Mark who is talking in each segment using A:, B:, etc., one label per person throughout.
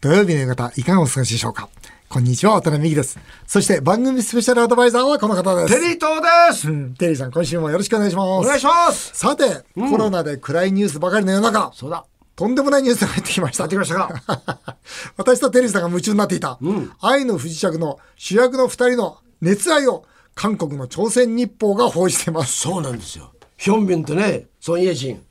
A: 土曜日の夕方、いかがお過ごしでしょうかこんにちは、渡辺美希です。そして番組スペシャルアドバイザーはこの方です。
B: テリー東です、
A: うん、テリーさん、今週もよろしくお願いします。お
B: 願いします
A: さて、うん、コロナで暗いニュースばかりの世の中。
B: そうだ。
A: とんでもないニュースが入ってきました。
B: 入ってきましたか
A: 私とテリーさんが夢中になっていた、うん、愛の不時着の主役の二人の熱愛を韓国の朝鮮日報が報じてます。
B: そうなんですよ。ヒョンビンとね、ソン・イェジン。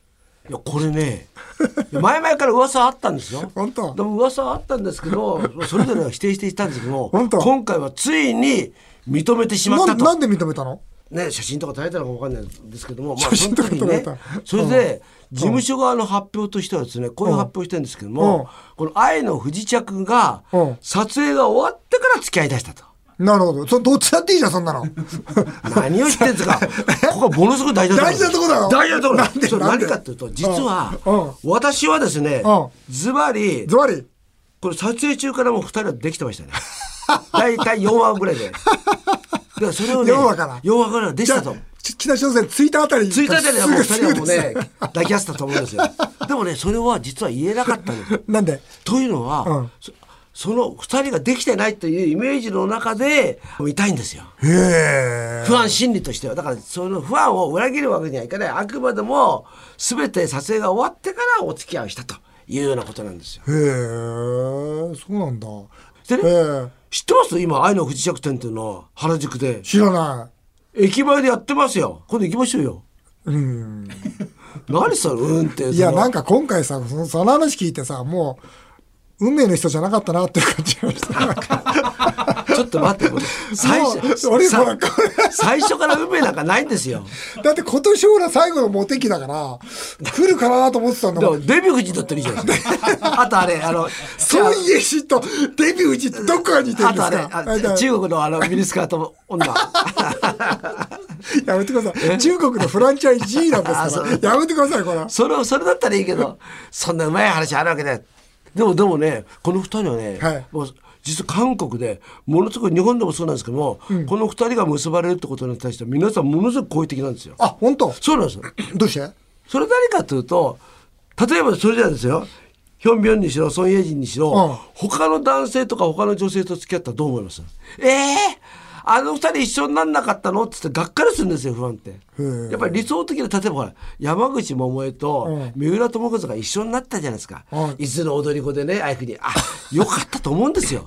B: いや、これね、 前々から噂あったんですよ。
A: 本当
B: でも噂あったんですけど、 それぞれは否定していたんですけども、今回はついに認めてしまったと。
A: なんで認めたの
B: ね、写真とか撮られたのか分かんないですけども、ま
A: あ、写真とか撮られ
B: た、ね、それで、事務所側の発表としてはですね、こういう発表してるんですけども、この「愛の不時着」が、撮影が終わってから付き合いだしたと。
A: なるほど。そどっちだっていいじゃん、そん なの。
B: 何を言ってんですか。 ここはものすごく大事な
A: ところ。大事なとこだろ。
B: 大事なところ。なんで何かっていうと、実は、私はですね、ズバリ、
A: ズバリ、
B: これ撮影中からもう2人はできてましたね。大体4話ぐらい で。だからそれをね、
A: 4話から。
B: 4話からできたと。
A: 北朝鮮、着いたあたり
B: 着いたあたりはもう2人はもうね、抱き合ってたと思うんですよ。でもね、それは実は言えなかったんです。
A: なんで
B: というのは、その2人ができてないというイメージの中でいたいんですよ。
A: 不安
B: 心理としてはだからその不安を裏切るわけにはいかないあくまでも全て撮影が終わってからお付き合いをしたというようなことなんですよ。
A: へえそうなんだ。
B: でね知ってます今「愛の不時着展」っていうのは原宿で
A: 知らない
B: 駅前でやってますよ今度行きましょうよ。
A: うん
B: 何それうんって
A: いやなんか今回さそのその話聞いてさもう運命の人じゃなかったなって感じがした。
B: ちょっと待って、最初、
A: 俺ほ ら、こ
B: れ。最初から運命なんかないんですよ。
A: だって今年ほら最後のモテ期だから、来るかなと思ってたんだもん。
B: デヴィ夫人だったらいいじゃないです か。あとあれ、あの、
A: ソン・イェシとデヴィ夫人ってどこが似てるんですか
B: あとあれ、中国のあのミニスカート女。
A: やめてください。中国のフランチャイジーなん ですから。やめてください、これ。
B: それ、それだったらいいけど、そんなうまい話あるわけない。でもでもねこの2人はね、はい、もう実は韓国でものすごい日本でもそうなんですけども、うん、この2人が結ばれるってことに対して皆さんものすごく好意的なんですよ。
A: あ本当
B: そうなんですよ。
A: どうして
B: それ誰かというと例えばそれじゃですよヒョンビョンにしろソン・イェジンにしろ、うん、他の男性とか他の女性と付き合ったらどう思いますええー、あの二人一緒になんなかったのっつってがっかりするんですよ不安ってやっぱり理想的な例えばほら山口百恵と三浦友和が一緒になったじゃないですか、うん、いつの踊り子でねああいうふうにあよかったと思うんですよ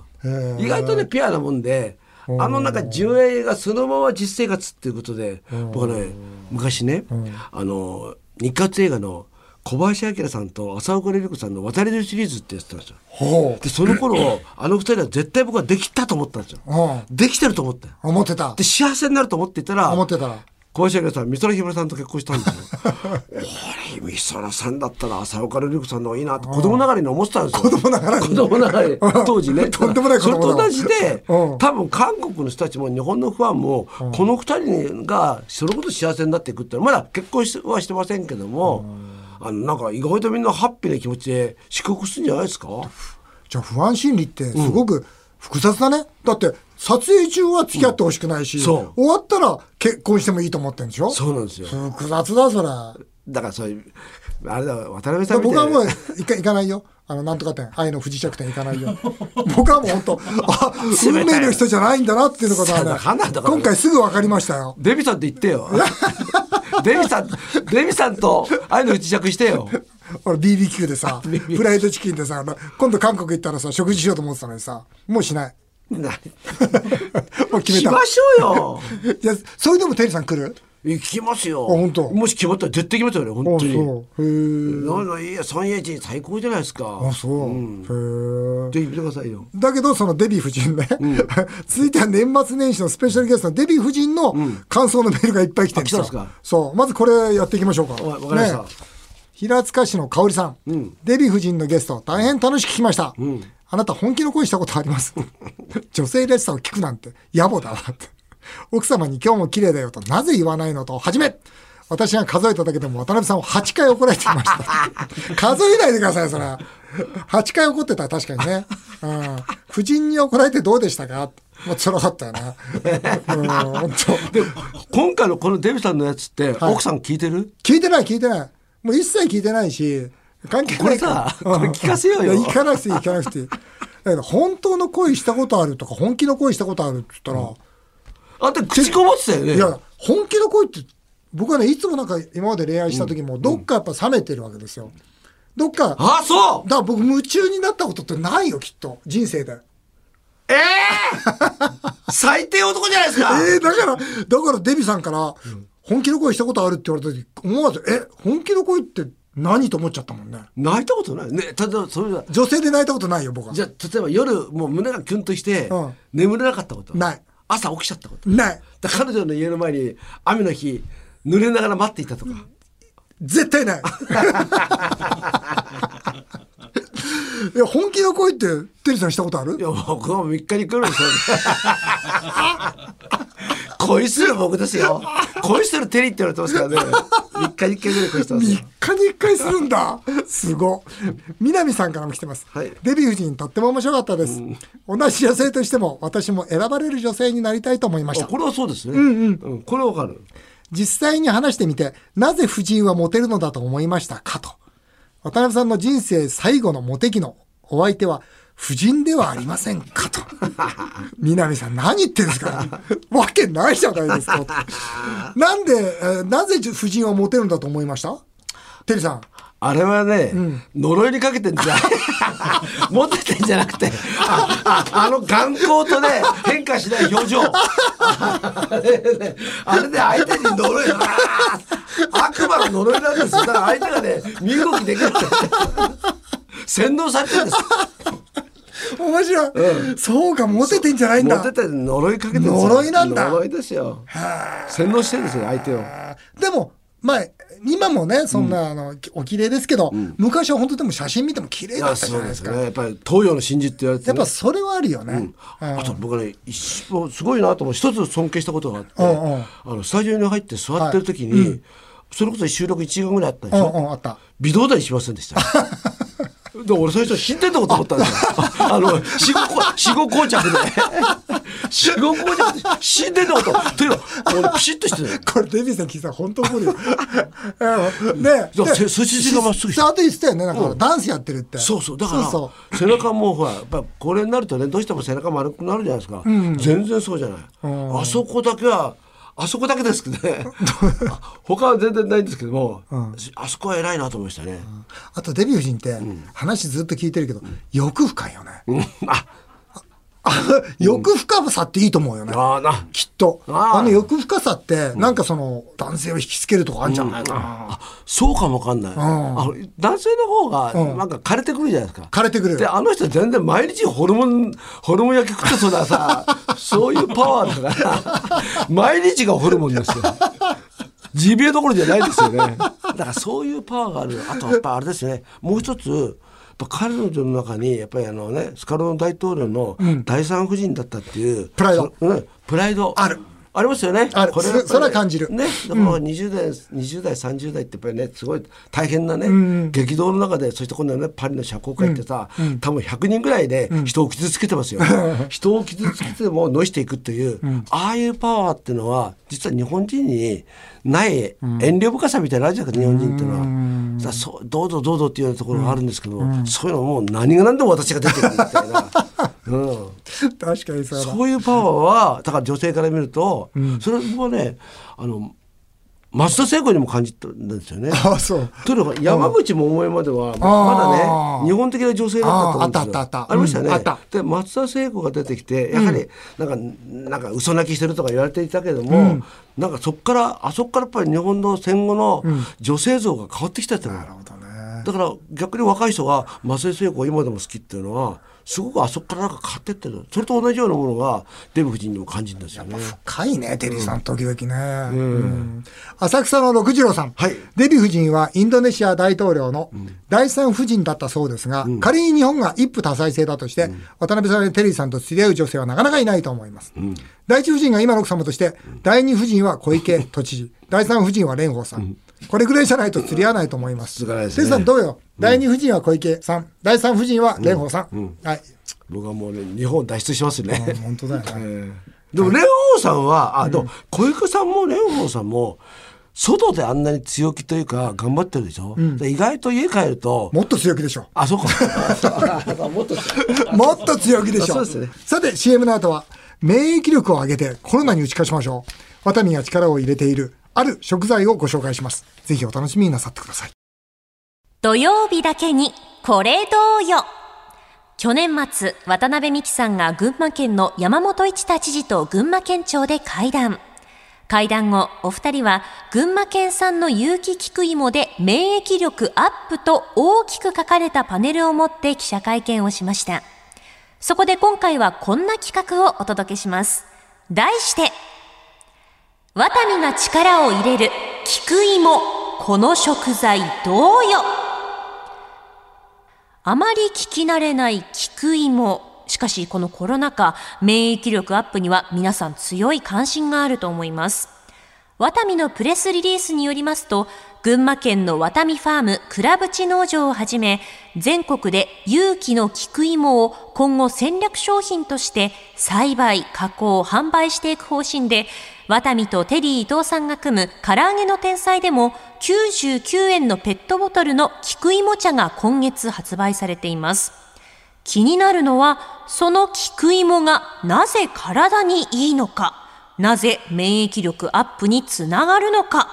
B: 意外とねピュアなもんであのなんか純愛がそのまま実生活っていうことで僕はね昔ねあの日活映画の小林明さんと浅岡玲子さんの「渡り鳥」シリーズってやってたんですよ。でその 頃あの二人は絶対僕はできたと思ったんですよ。できてると思った
A: 思ってた。
B: で幸せになると思っていたら
A: 思ってたら
B: 小林明さん美空ひばりさんと結婚したんですよ。 俺美空さんだったら浅岡瑠璃子さんの方がいいなって子供ながらに思ってたんです
A: よ。子供ながら
B: に子供ながらに当時 ね。
A: とんでもない
B: それと同じで多分韓国の人たちも日本のファンもこの二人がそれこそ幸せになっていくってまだ結婚はしてませんけども。あのなんか意外とみんなハッピーな気持ちで祝福するんじゃないですか
A: じゃあ不安心理ってすごく複雑だね、うん、だって撮影中は付き合ってほしくないし、うん、終わったら結婚してもいいと思ってるんでしょ
B: そうなんですよ
A: 複雑だそれ
B: だからそういうあれだ渡辺さん
A: 僕はもう行か行かないよあのなんとか店愛の不時着店行か ないよ僕はもう本当あ運命の人じゃないんだなっていうのが、ね、今回すぐ分かりましたよ
B: デビさんって言っ てよデビさん、デビさんと愛の不時着してよ。
A: 俺 BBQ で さ、フライドチキンでさ、今度韓国行ったらさ、食事しようと思ってたのにさ、もうしない。
B: もう決めた。しましょ
A: うよ。いや、それでもテリーさん来る
B: 行きますよ。
A: 本当。
B: もし決まったら絶対決まったよね、本当に。そう。へえ。いや、三英人最高じゃないですか。
A: あ、そう。うん、
B: へえ。ぜひ見てくださいよ。
A: だけど、そのデヴィ夫人ね、うん、続いては年末年始のスペシャルゲストのデヴィ夫人の感想のメールがいっぱい来てるんですよ。
B: うん、か
A: そう。まずこれやっていきましょうか。
B: わかりました。ね、
A: 平塚市の香織さん、うん、デヴィ夫人のゲスト、大変楽しく聞きました。うん、あなた本気の恋したことあります 女性らしさを聞くなんて野暮だなって。 奥様に今日も綺麗だよとなぜ言わないのと、はじめ私が数えただけでも渡辺さんを8回怒られていました。 数えないでください、それ。8回怒ってた、確かにね。うん。夫人に怒られてどうでしたかもう辛かったよな。うん、本
B: 当。で、今回のこのデビさんのやつって、はい、奥さん聞いてる
A: 聞いてない、聞いてない。もう一切聞いてないし、
B: 関係ない。これさ、これ聞かせようよ。
A: 行かなくていい、行かなくていい。だけど本当の恋したことあるとか本気の恋したことあるって言ったら、
B: あんた口こぼってたよね。
A: いや本気の恋って僕はねいつもなんか今まで恋愛した時もどっかやっぱ冷めてるわけですよ。どっかだか
B: あ、そう
A: ら僕夢中になったことってないよきっと人生で。
B: ええ最低男じゃないですか、
A: えー、だからだからデビさんから本気の恋したことあるって言われた時思わずえ本気の恋って何と思っちゃったもんね。
B: 泣いたことないね。例えば、それは、
A: 女性で泣いたことないよ僕は
B: じ。ゃあ例えば夜、もう胸がキュンとして、
A: うん
B: 眠れなかったこと。
A: ない。
B: 朝起きちゃったこと。
A: ない
B: だから彼女の家の前に、雨の日、濡れながら待っていたとか。
A: 絶対ない。いや本気の恋ってデビさんしたことある
B: いや、僕は3日に来るんですよ。 恋する僕ですよ。恋するテリって言われてますからね。3日に1回ぐらい恋してますよ
A: 3。日に1回するんだすご南さんからも来てます、
B: はい
A: デヴィ夫人とっても面白かったです、同じ女性としても私も選ばれる女性になりたいと思いまし
B: あ
A: た
B: これはそうですね。うんうん。これはわかる。
A: 実際に話してみてなぜ夫人はモテるのだと思いましたかと渡辺さんの人生最後のモテ期のお相手は夫人ではありませんか と南さん何言ってんですかわけないじゃないですかなんで、えーなぜ夫人はモテるんだと思いましたテリさん
B: あれはね、呪いにかけてんじゃない 持っててんじゃなくて、あああの眼光とね、変化しない表情。あれね、あれで相手に呪い、あー悪魔の呪いなんですよ。だから相手がね、身動きできない。洗脳されてるんです。
A: 面白い、そうかモテてんじゃないん
B: 持
A: だ
B: ってて呪いかけてるんですよ。
A: 呪いなんだ
B: 呪いですよ。洗脳してるんですよ、相手を。
A: でもまあ今もねそんな、あのお綺麗ですけど、昔は本当でも写真見ても綺麗
B: い
A: だ
B: や、
A: ったじ
B: そ
A: ゃ
B: う
A: ない
B: で
A: です
B: す
A: か
B: ね。やっぱり東洋の真実って言われて、
A: や
B: ね。
A: っぱそれはあるよね、うん
B: あと僕ね一番すごいなと思う一つ尊敬したことがあって、
A: うんうん
B: あのスタジオに入って座ってる時に、それこそ収録1時間ぐらいあったんでしょ、
A: うんうんあった
B: 微動だにしませんでした で俺最初死んでんのかと思ったんですよあの死後こ死後膠着で 死後膠着で死んでんのかとというか俺ピシッとしてたよ
A: これデビーさん聞いたら本当 怒るよ。うんね
B: そう
A: で
B: せ背筋がまっすぐして
A: あと言ってたよね、なんかほらダンスやってるって。
B: そうそうだから
A: そうそ
B: 背中もほらやっぱこれになるとねどうしても背中丸くなるじゃないですか、全然そうじゃない、あそこだけはあそこだけですけど ねあ他は全然ないんですけども、あそこは偉いなと思いましたね、
A: うあとデビー夫人って話ずっと聞いてるけど、欲深いよね。
B: あ
A: あ 欲深さっていいと思うよね。
B: あーな
A: きっと。
B: あー
A: あの欲深さって、なんかその男性を引きつけるとかあるんじゃないかな。
B: あそうかもわかんない、あ男性の方がなんか枯れてくるじゃないですか、
A: 枯れてくるよ
B: であの人全然毎日ホルモンホルモン焼き食ってそうだ さそういうパワーだから毎日がホルモンですよジビエどころじゃないですよねだからそういうパワーがあるあとやっぱあれですねもう一つやっぱ彼女の中にやっぱりあのねスカローノ大統領の第三夫人だったっていう、
A: プライド
B: そうんプライド
A: ある
B: ありますよね
A: ある
B: やっぱり
A: そそれは感じる
B: ね、だから20代、20代30代ってやっぱりねすごい大変なね、激動の中でそして今度はねパリの社交界ってさ、多分100人ぐらいで人を傷つけて ますよ、人を傷つけてものしていくという、ああいうパワーっていうのは実は日本人にない遠慮深さみたいなのあるじゃないですか日本人っていうのは。だからそうどうぞどうぞっていうようなところがあるんですけど、そういうのもう何が何でも私が出てくるみたい な、うん、
A: 確かにそうだ。
B: そういうパワーはだから女性から見ると、それは僕はねあの松田聖子にも感じたんです よね。
A: あそう。
B: というのが山口百恵までは
A: あー
B: まだね日本的な女性だったと思うんですよ
A: あーあったあったあった
B: ありましたよね、
A: うんあった
B: で松田聖子が出てきてやはりなんか、なんか嘘泣きしてるとか言われていたけれども、なんかそこからあそこからやっぱり日本の戦後の女性像が変わってきたってなるほどねだから逆に若い人が松田聖子が今でも好きっていうのはすごくあそこからなんか変わってってるそれと同じようなものがデヴィ夫人にも感じるんですよね
A: 深いね、テリーさん、時々ね。うん浅草の六次郎さん。デヴィ夫人はインドネシア大統領の第三夫人だったそうですが、仮に日本が一夫多妻制だとして、渡辺さんやテリーさんと知り合う女性はなかなかいないと思います。第一夫人が今の奥様として、第二夫人は小池都知事、第三夫人は蓮舫さん。これぐらいじゃないと釣り合わないと思います。
B: 釣り合わないです
A: テ
B: ね
A: リーさんどうよ第二夫人は小池さん、第三夫人は蓮舫さん。はい。
B: 僕はもうね日本を脱出しますね、
A: 本当だよね。
B: でも蓮舫さんはあでも小池さんも蓮舫さんも外であんなに強気というか頑張ってるでしょ、で意外と家帰ると
A: もっと強気でしょ
B: あ そうかあもっと
A: もっと強気でしょ
B: そうですね
A: さて CM の後は免疫力を上げてコロナに打ち勝ちましょうワタミが力を入れているある食材をご紹介しますぜひお楽しみになさってください
C: 土曜日だけにこれどうよ去年末、渡辺美樹さんが群馬県の山本一太知事と群馬県庁で会談。会談後、お二人は群馬県産の有機菊芋で免疫力アップと大きく書かれたパネルを持って記者会見をしました。そこで今回はこんな企画をお届けします。題して、ワタミが力を入れる菊芋、この食材どうよあまり聞き慣れない菊芋。しかし、このコロナ禍、免疫力アップには皆さん強い関心があると思います。ワタミのプレスリリースによりますと、群馬県のワタミファーム倉淵農場をはじめ、全国で有機の菊芋を今後戦略商品として栽培、加工、販売していく方針で、ワタミとテリー伊藤さんが組む唐揚げの天才でも99円のペットボトルの菊芋茶が今月発売されています。気になるのは、その菊芋がなぜ体にいいのか、なぜ免疫力アップにつながるのか。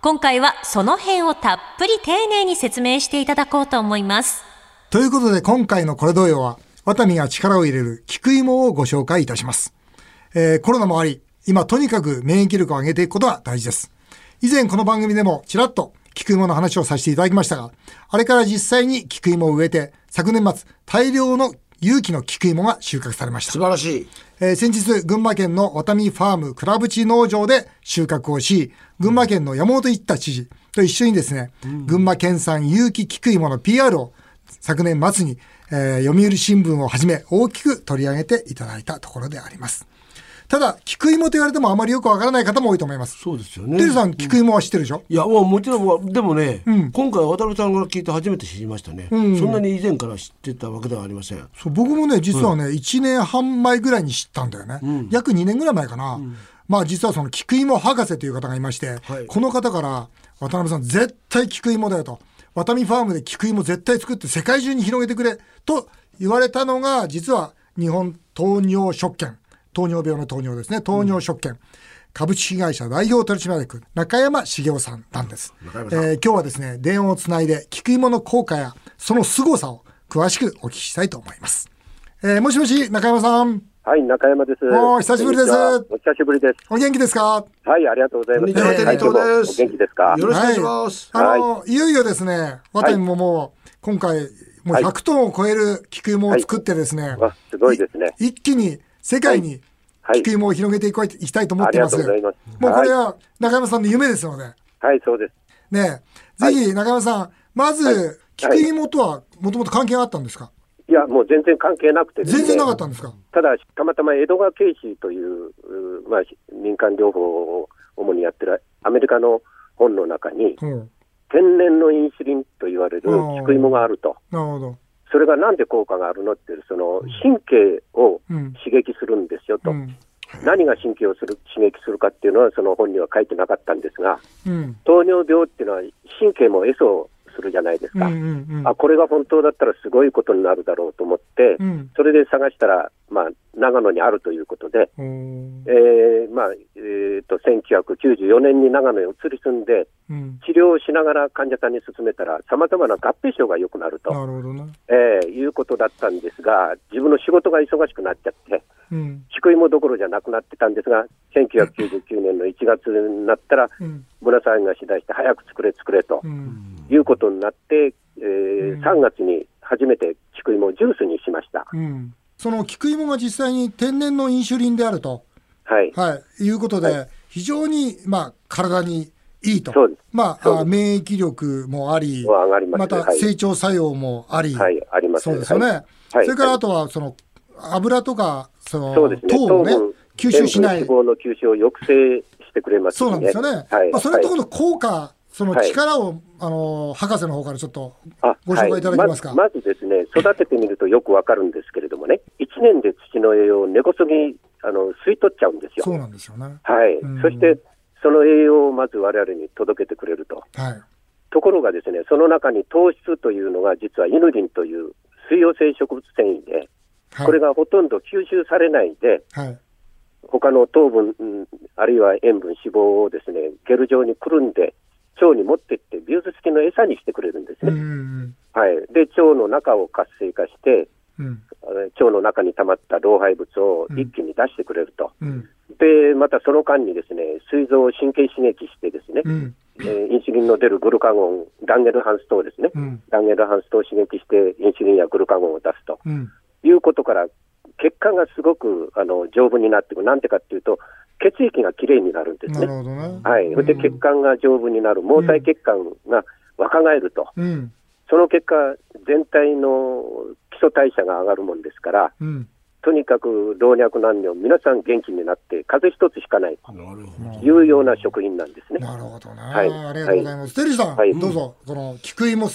C: 今回はその辺をたっぷり丁寧に説明していただこうと思います。
A: ということで今回のこれどうよは、ワタミが力を入れる菊芋をご紹介いたします。えーコロナもあり、今とにかく免疫力を上げていくことは大事です。以前この番組でもちらっと菊芋の話をさせていただきましたが、あれから実際に菊芋を植えて、昨年末大量の有機の菊芋が収穫されました
B: 素。晴らしい
A: えー先日、群馬県のワタミファーム倉淵農場で収穫をし、群馬県の山本一太知事と一緒にですね、群馬県産有機菊芋の PR を昨年末に、えー読売新聞をはじめ大きく取り上げていただいたところであります。ただ、菊芋と言われてもあまりよくわからない方も多いと思います。
B: そうですよ
A: テ
B: ね
A: ルさん、菊芋は知ってるでしょ
B: いやもうもちろんもうでもね、今回渡辺さんから聞いて初めて知りましたね、そんなに以前から知ってたわけではありません
A: そう僕もね実はね、1年半前ぐらいに知ったんだよね、約2年ぐらい前かな、まあ実はその菊芋博士という方がいまして、
B: はい
A: この方から渡辺さん絶対菊芋だよとワタミファームで菊芋絶対作って世界中に広げてくれと言われたのが実は日本糖尿食研糖尿病の糖尿ですね糖尿食研、株式会社代表取締役中山茂雄さんなんです、え
B: 中山さん
A: ー今日はですね電話をつないで菊芋の効果やその凄さを詳しくお聞きしたいと思います、えーもしもし中山さん
D: はい、中山です。
A: おー久しぶりです
D: こんにちはお久しぶりです。
A: お元気ですか
D: はい、ありがとうござい
B: こ
D: ます。
B: んにちは
D: はい
B: テリー伊藤です
D: お元気ですか
B: よろしくお願いします
A: はい、あの、い、よいよですねワタミももう今回もう
D: はい
A: 100トンを超える菊芋を作ってですね、
D: わすごいですね
A: い一気に世界に
D: はい
A: 菊芋を広げていこういきたいと思ってます、
D: ありがとうございます
A: もうこれは中山さんの夢ですので、
D: はい、そうです。
A: ねえ、
D: はい
A: ぜひ中山さん、まず、菊芋とはもともと関係があったんですか
D: いや、もう全然関係なくてですね。
A: 全然なかったんですか
D: ただ、たまたま江戸川慶司という、うまあ、民間療法を主にやってるアメリカの本の中に、
A: うん。
D: 天然のインスリンと言われる
A: うん
D: 菊芋があると。
A: なるほど。
D: それがなんで効果があるのっていう、その神経を
A: うん
D: 刺激するんですよと。
A: うん。
D: 何が神経をする刺激するかっていうのは、その本には書いてなかったんですが、
A: うん。
D: 糖尿病っていうのは神経もエソするじゃないです
A: うん。う
D: か、
A: ん。うん
D: あこれが本当だったらすごいことになるだろうと思って、
A: うん
D: それで探したら、まあ、長野にあるということで、
A: おー
D: えーまあえー、と1994年に長野に移り住んで
A: うん。
D: 治療をしながら患者さんに勧めたらさまざまな合併症が良くなると、
A: なるほどね。
D: えーいうことだったんですが自分の仕事が忙しくなっちゃって
A: うん。
D: 救いもどころじゃなくなってたんですが1999年の1月になったら
A: うん。
D: 村さんがしだして早く作れ作れと。
A: うん。
D: いうことになって、えー
A: うん
D: 3月に初めて菊芋をジュースにしました。
A: うん。その菊芋が実際に天然のインシュリンであると、
D: はい、
A: はい、いうことで、非常に、まあ、体にいいと
D: そうです。
A: ま
D: そう
A: あ、
D: で
A: あ
D: す
A: 免疫力もあり、
D: もう上がります
A: ま
D: ね
A: た
D: はい
A: 成長作用もあり、
D: はい、あります
A: そうですよね。
D: はい
A: それから
D: はい
A: あとは、その、油とか、その、
D: そうですね、
A: 糖をね、吸収しない
D: 塩。分脂肪の吸収を抑制してくれますね。
A: そうなんですよね。
D: はい、
A: まあ、それのところ
D: はい
A: の効果、その
D: はい
A: 力を、あの、博士の方からちょっと
D: あ
A: ご紹介いただけますか。
D: はいまずまずですね、育ててみるとよくわかるんですけれどもね、1年で土の栄養を根こそぎあの吸い取っちゃうんですよ。
A: そうなんですよね。
D: はい、
A: うん
D: そしてその栄養をまず我々に届けてくれると。
A: はい。
D: ところがですね、その中に糖質というのが実はイヌリンという水溶性植物繊維で、
A: はい、
D: これがほとんど吸収されないで、
A: はい。
D: 他の糖分、うんあるいは塩分、脂肪をですね、ゲル状にくるんで、腸に持ってって、ビューズ付きの餌にしてくれるんです
A: うん
D: ね。
A: うん
D: はい。で、腸の中を活性化して、
A: うん。
D: あの腸の中に溜まった老廃物を一気に出してくれると。
A: うん。
D: で、またその間にですね、膵臓を神経刺激してですね、
A: うん。
D: えーインシリンの出るグルカゴン、ダンゲルハンス糖ですね。
A: うん。
D: ダンゲルハンス糖を刺激して、インシリンやグルカゴンを出すと。
A: うん。
D: いうことから、血管がすごくあの丈夫になってくる、なんてかっていうと、血液がきれいになるんです
A: なる
D: ね。
A: ほどね。
D: はい、それで血管が丈夫になる、毛細血管が若返ると、
A: うん。
D: その結果、全体の基礎代謝が上がるもんですから、
A: うん。
D: とにかく老若男女、皆さん元気になって、風邪一つひかない
B: なるほど。
D: というような食品なんですね。
A: なるほどね。
D: はい
A: ありがとうございます。テリーさん、
D: はい
A: どうぞ、この菊芋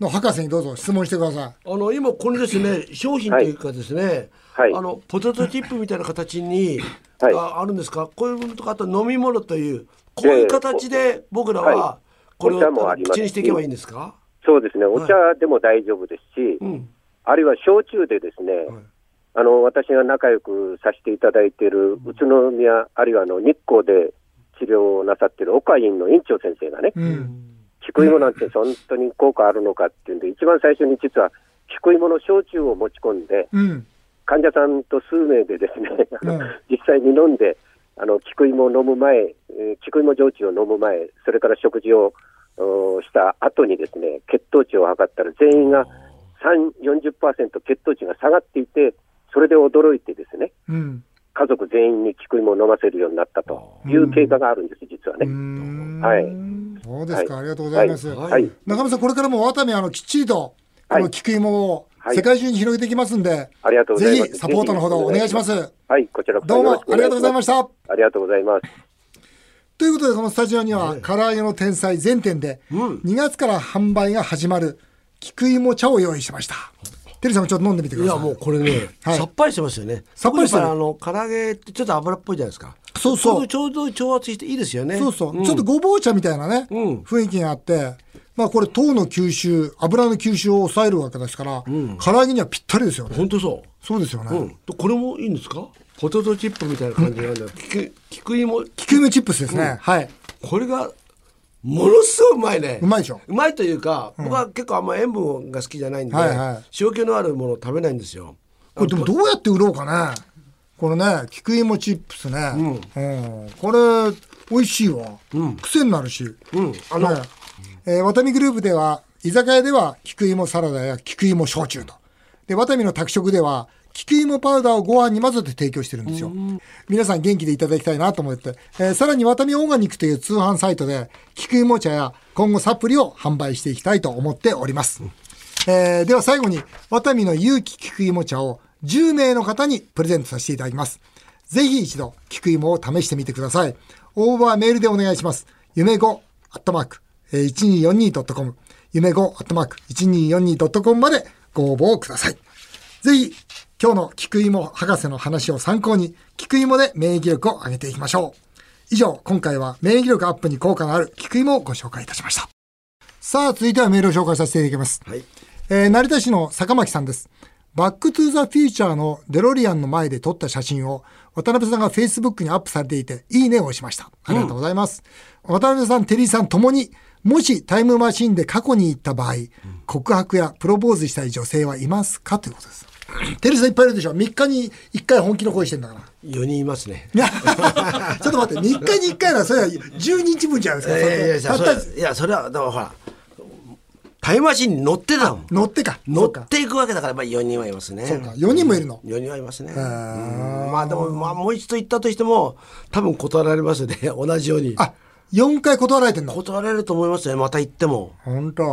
A: の博士にどうぞ質問してくださ
B: あの今これですね商品というかですね、
D: はい
B: あのポテトチップみたいな形に、
D: はい
B: ああるんですかこういうものとかあと飲み物というこういう形で僕らは
D: はい
B: これを
D: お茶もあります
B: 口にしていけばいいんですか、
D: そうですね、お茶でも大丈夫ですし、
B: うん
D: あるいは焼酎でですね、
B: はい
D: あの私が仲良くさせていただいている宇都宮、あるいはあの日光で治療をなさっている岡院の院長先生がね
A: い。、うん。
D: 菊芋な んて本当に効果あるのかっていうんで、一番最初に実は菊芋の焼酎を持ち込んで、
A: うん。
D: 患者さんと数名でで すね、あの
A: うん
D: 実際に飲んで、あの菊芋を飲む前、えー菊芋焼酎を飲む前、それから食事をおした後にですね、血糖値を測ったら全員が3、40%血糖値が下がっていて、それで驚いてですね、
A: うん。
D: 家族全員に菊芋を飲ませるようになったという経過があるんです、実は
A: う
D: ね。
A: ん。
D: はい
A: そうですか、
D: は
A: あ
D: い
A: りがとうございます。
D: はい。はい
A: 中村さん、これからもワタミ、あの、きっちりと、こ
D: はい
A: の菊芋を
D: はい
A: 世界中に広げていきますんで、
D: ありがとうござ
A: ぜ
D: います。
A: ひサポートのほどお願いします。
D: はい、こちらこそ
A: どうも
D: よろしく
A: あ
D: お
A: りが
D: 願
A: とうございました。
D: ありがとうございます。
A: ということで、このスタジオには、唐揚げの天才全店で、2月から販売が始まる、菊芋茶を用意しました。テリーさんもちょっと飲んでみてく
B: い
A: ださ
B: や
A: い。
B: もうこれね、
A: はい
B: さっぱりしてますよね
A: さっぱりしてる
B: 僕やぱあの唐揚げってちょっと油っぽいじゃないですか
A: そうそう
B: ちょうどちょうど調圧していいですよね
A: そうそう、ちょっとごぼう茶みたいなね、
B: うん
A: 雰囲気があって、まあこれ糖の吸収、油の吸収を抑えるわけですから、唐揚げにはぴったりですよね。
B: 本当そう
A: そうですよね。
B: うん、これもいいんですかポテトチップみたいな感じなんだよ菊菊芋
A: 菊芋チップスですね。はい。
B: これがものすごいうまいね
A: うまいでしょ
B: うまいというか、僕は結構あんま塩分が好きじゃないんで、
A: はいはい
B: 塩気のあるものを食べないんですよ
A: これでもどうやって売ろうかね。このね、菊芋チップスね。うん。これ、美味しいわ。癖になるし。
B: うんあの、
A: ねえーワタミグループでは、居酒屋では菊芋サラダや菊芋焼酎と。で、ワタミの宅食では、菊芋パウダーをご飯に混ぜて提供してるんですよ。皆さん元気でいただきたいなと思って。えーさらにワタミオーガニックという通販サイトで、菊芋茶や今後サプリを販売していきたいと思っております。えーでは最後に、ワタミの有機菊芋茶を10名の方にプレゼントさせていただきます。ぜひ一度、菊芋を試してみてください。応募はメールでお願いします。夢5、アットマーク、えー 1242.com、夢5、アットマーク、1242.com までご応募をください。ぜひ、今日の菊芋博士の話を参考に、菊芋で免疫力を上げていきましょう。以上、今回は免疫力アップに効果のある菊芋をご紹介いたしました。さあ、続いてはメールを紹介させていただきます。
B: はい
A: えー成田市の坂巻さんです。バックトゥザフューチャーのデロリアンの前で撮った写真を渡辺さんが Facebook にアップされていて、いいねを押しました。ありがとうございます。渡辺さん、テリーさんともに、もしタイムマシンで過去に行った場合、告白やプロポーズしたい女性はいますかということです。 テリーさんいっぱいいるでしょ ?3 日に1回本気の恋してん だから。
B: 4人いますね
A: いやちょっと待って、3日に1回ならそれは10日分じゃないです
B: い
A: か。
B: やいや い
A: そ
B: や
A: れ
B: そ
A: た
B: れ
A: った
B: いやそれはだからほらタイムマシンに乗ってたもん
A: 乗ってか。
B: 乗っていくわけだからまあ4人はいますね
A: そうか。4人もいるの。
B: 4人はいますね、うんまあでも、まあ、もう一度行ったとしても多分断られますね 同じように
A: あ、4回断られてんの
B: 断られると思いますねまた行っても
A: 本当。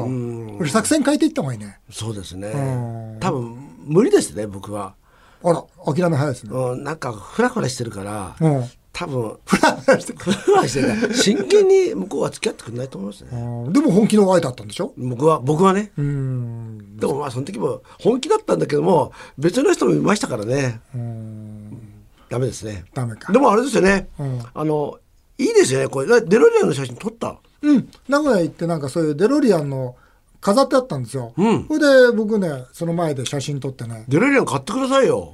A: これ作戦変えていった方がいいね。
B: そうですね
A: ん
B: 多分無理ですね僕は、
A: あら、諦め早いですね。
B: うん、なんかフラフラしてるから、
A: うん
B: 多分フラフラしてない真剣に向こうは付き合ってくれないと思いますね
A: うんでも本気の相手だったんでしょ
B: 僕は僕はね
A: うん。
B: でもまあその時も本気だったんだけども別の人もいましたからねダメですね
A: ダメか
B: でもあれですよね、
A: うん
B: あのいいですよね、これ。だデロリアンの写真撮った。
A: うん、名古屋行ってなんかそういうデロリアンの飾ってあったんですよ。
B: うん
A: それで僕ね、その前で写真撮ってね、
B: デロリアン買ってくださいよ。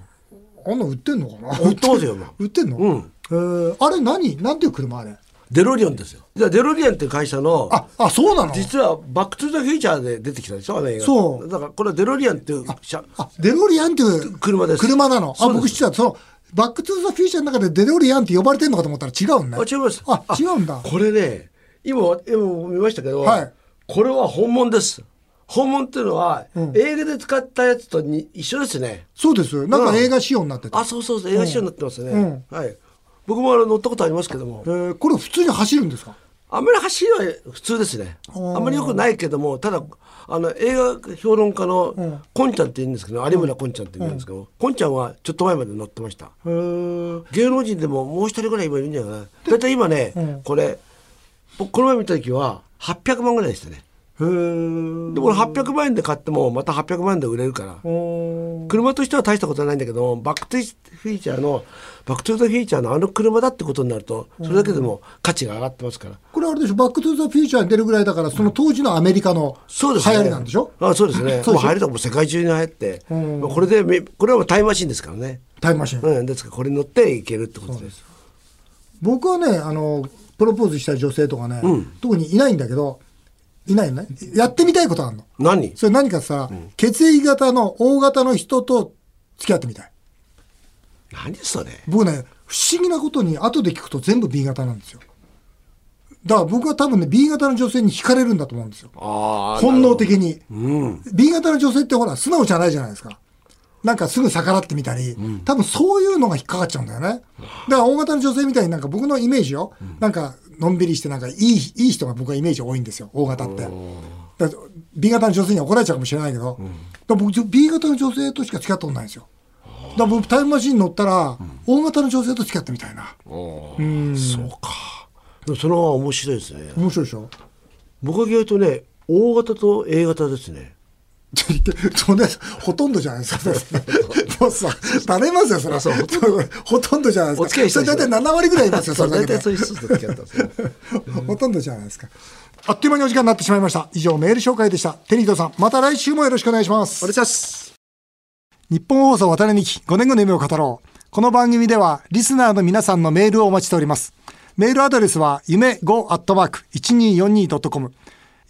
A: あんな売ってんのかな
B: 売ってますよ。
A: 売ってんの、
B: うん
A: えーあれ何なんていう車あれ
B: デロリアンですよ。じゃあデロリアンっていう会社の、
A: あ、あ、そうなの
B: 実はバックトゥザフューチャーで出てきたでしょ、あの映画。
A: そう
B: だからこれはデロリアンっていう車。
A: あ、デロリアンっていう
B: 車です
A: 車なの。あ、
B: そうです
A: 僕知ってた。その、バックトゥーザフューチャーの中でデロリアンって呼ばれてんのかと思ったら違うんだ。
B: あ、違います。
A: あ、違うんだ。
B: これね、今、今見ましたけど、
A: はい
B: これは本物です。本物っていうのは、
A: ん
B: 映画で使ったやつとに一緒ですね。
A: そうです。なん
B: う
A: か
B: ん
A: 映画仕様になってた。
B: あ、そうそうそう、映画仕様になってますね。
A: うん
B: はい。僕もあの乗ったことありますけども
A: え、ーこれ普通に走るんですか
B: あんまり走りは普通ですね。
A: おー
B: あんまり良くないけども、ただ、あの映画評論家のこんちゃんって言うんですけど、有村こんちゃんって言うんですけど、こんちゃんはちょっと前まで乗ってました。
A: へー
B: 芸能人でももう一人ぐらい今いるんじゃないかな。だいたい今ね、
A: うん
B: これ、僕この前見た時は800万ぐらいでしたね。
A: へー
B: で、これ800万円で買ってもまた800万円で売れるから、
A: おー
B: 車としては大したことはないんだけども、バックトゥフィーチャーの、バックトゥザフィーチャーのあの車だってことになると、それだけでも価値が上がってますから。
A: これあれでしょバックトゥーザフューチャーに出るぐらいだから、その当時のアメリカの流
B: そうですね。
A: 行りなんでしょ
B: あそうです ね。
A: そう
B: も
A: でしょ
B: う流行りとかも世界中に流行って、
A: うん
B: まあこれでめ、これはもうタイムマシンですからね。
A: タイムマシン。
B: うん、ですからこれに乗っていけるってことです。
A: 僕はねあのプロポーズした女性とかね、特にいないんだけどいないよねやってみたいことあるの
B: 何
A: それ何かさ、血液型の O 型の人と付き合ってみたい
B: 何それ
A: 僕ね不思議なことに後で聞くと全部 B 型なんですよだから僕は多分ね B 型の女性に惹かれるんだと思うんですよ
B: あー
A: 本能的に、
B: うん。
A: B 型の女性ってほら素直じゃないじゃないですかなんかすぐ逆らってみたり、多分そういうのが引っかかっちゃうんだよねだから大型の女性みたいになんか僕のイメージよ、なんかのんびりしてなんかいいいい人が僕はイメージ多いんですよ大型ってだから B 型の女性には怒られちゃうかもしれないけど、だから僕 B 型の女性としか付き合ったことないんですよだから僕タイムマシンに乗ったら、大型の女性と付き合ってみたいな
B: そうか。でもその方が面白いですね。
A: 面白いでしょ
B: 僕は言うとね、O 型と A 型ですね。
A: それほとんどじゃないですか。もうさ、なれますよ、それは。ほとんどじゃないですか。
B: お付き合いした人
A: それ大体7割ぐらいいますよ、 それだ
B: 大
A: け
B: 体
A: で
B: そういう人と付き合ったんですよ。
A: ほとんどじゃないですか。あっという間にお時間になってしまいました。以上、メール紹介でした。テリー伊藤さん、また来週もよろ しくお願いします。
B: します。
A: 日本放送渡辺美希5年後の夢を語ろう。この番組ではリスナーの皆さんのメールをお待ちしております。メールアドレスは夢 5-1242.com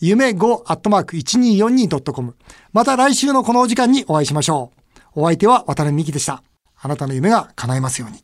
A: 夢 5-1242.com また来週のこのお時間にお会いしましょう。お相手は渡辺美希でした。あなたの夢が叶いますように。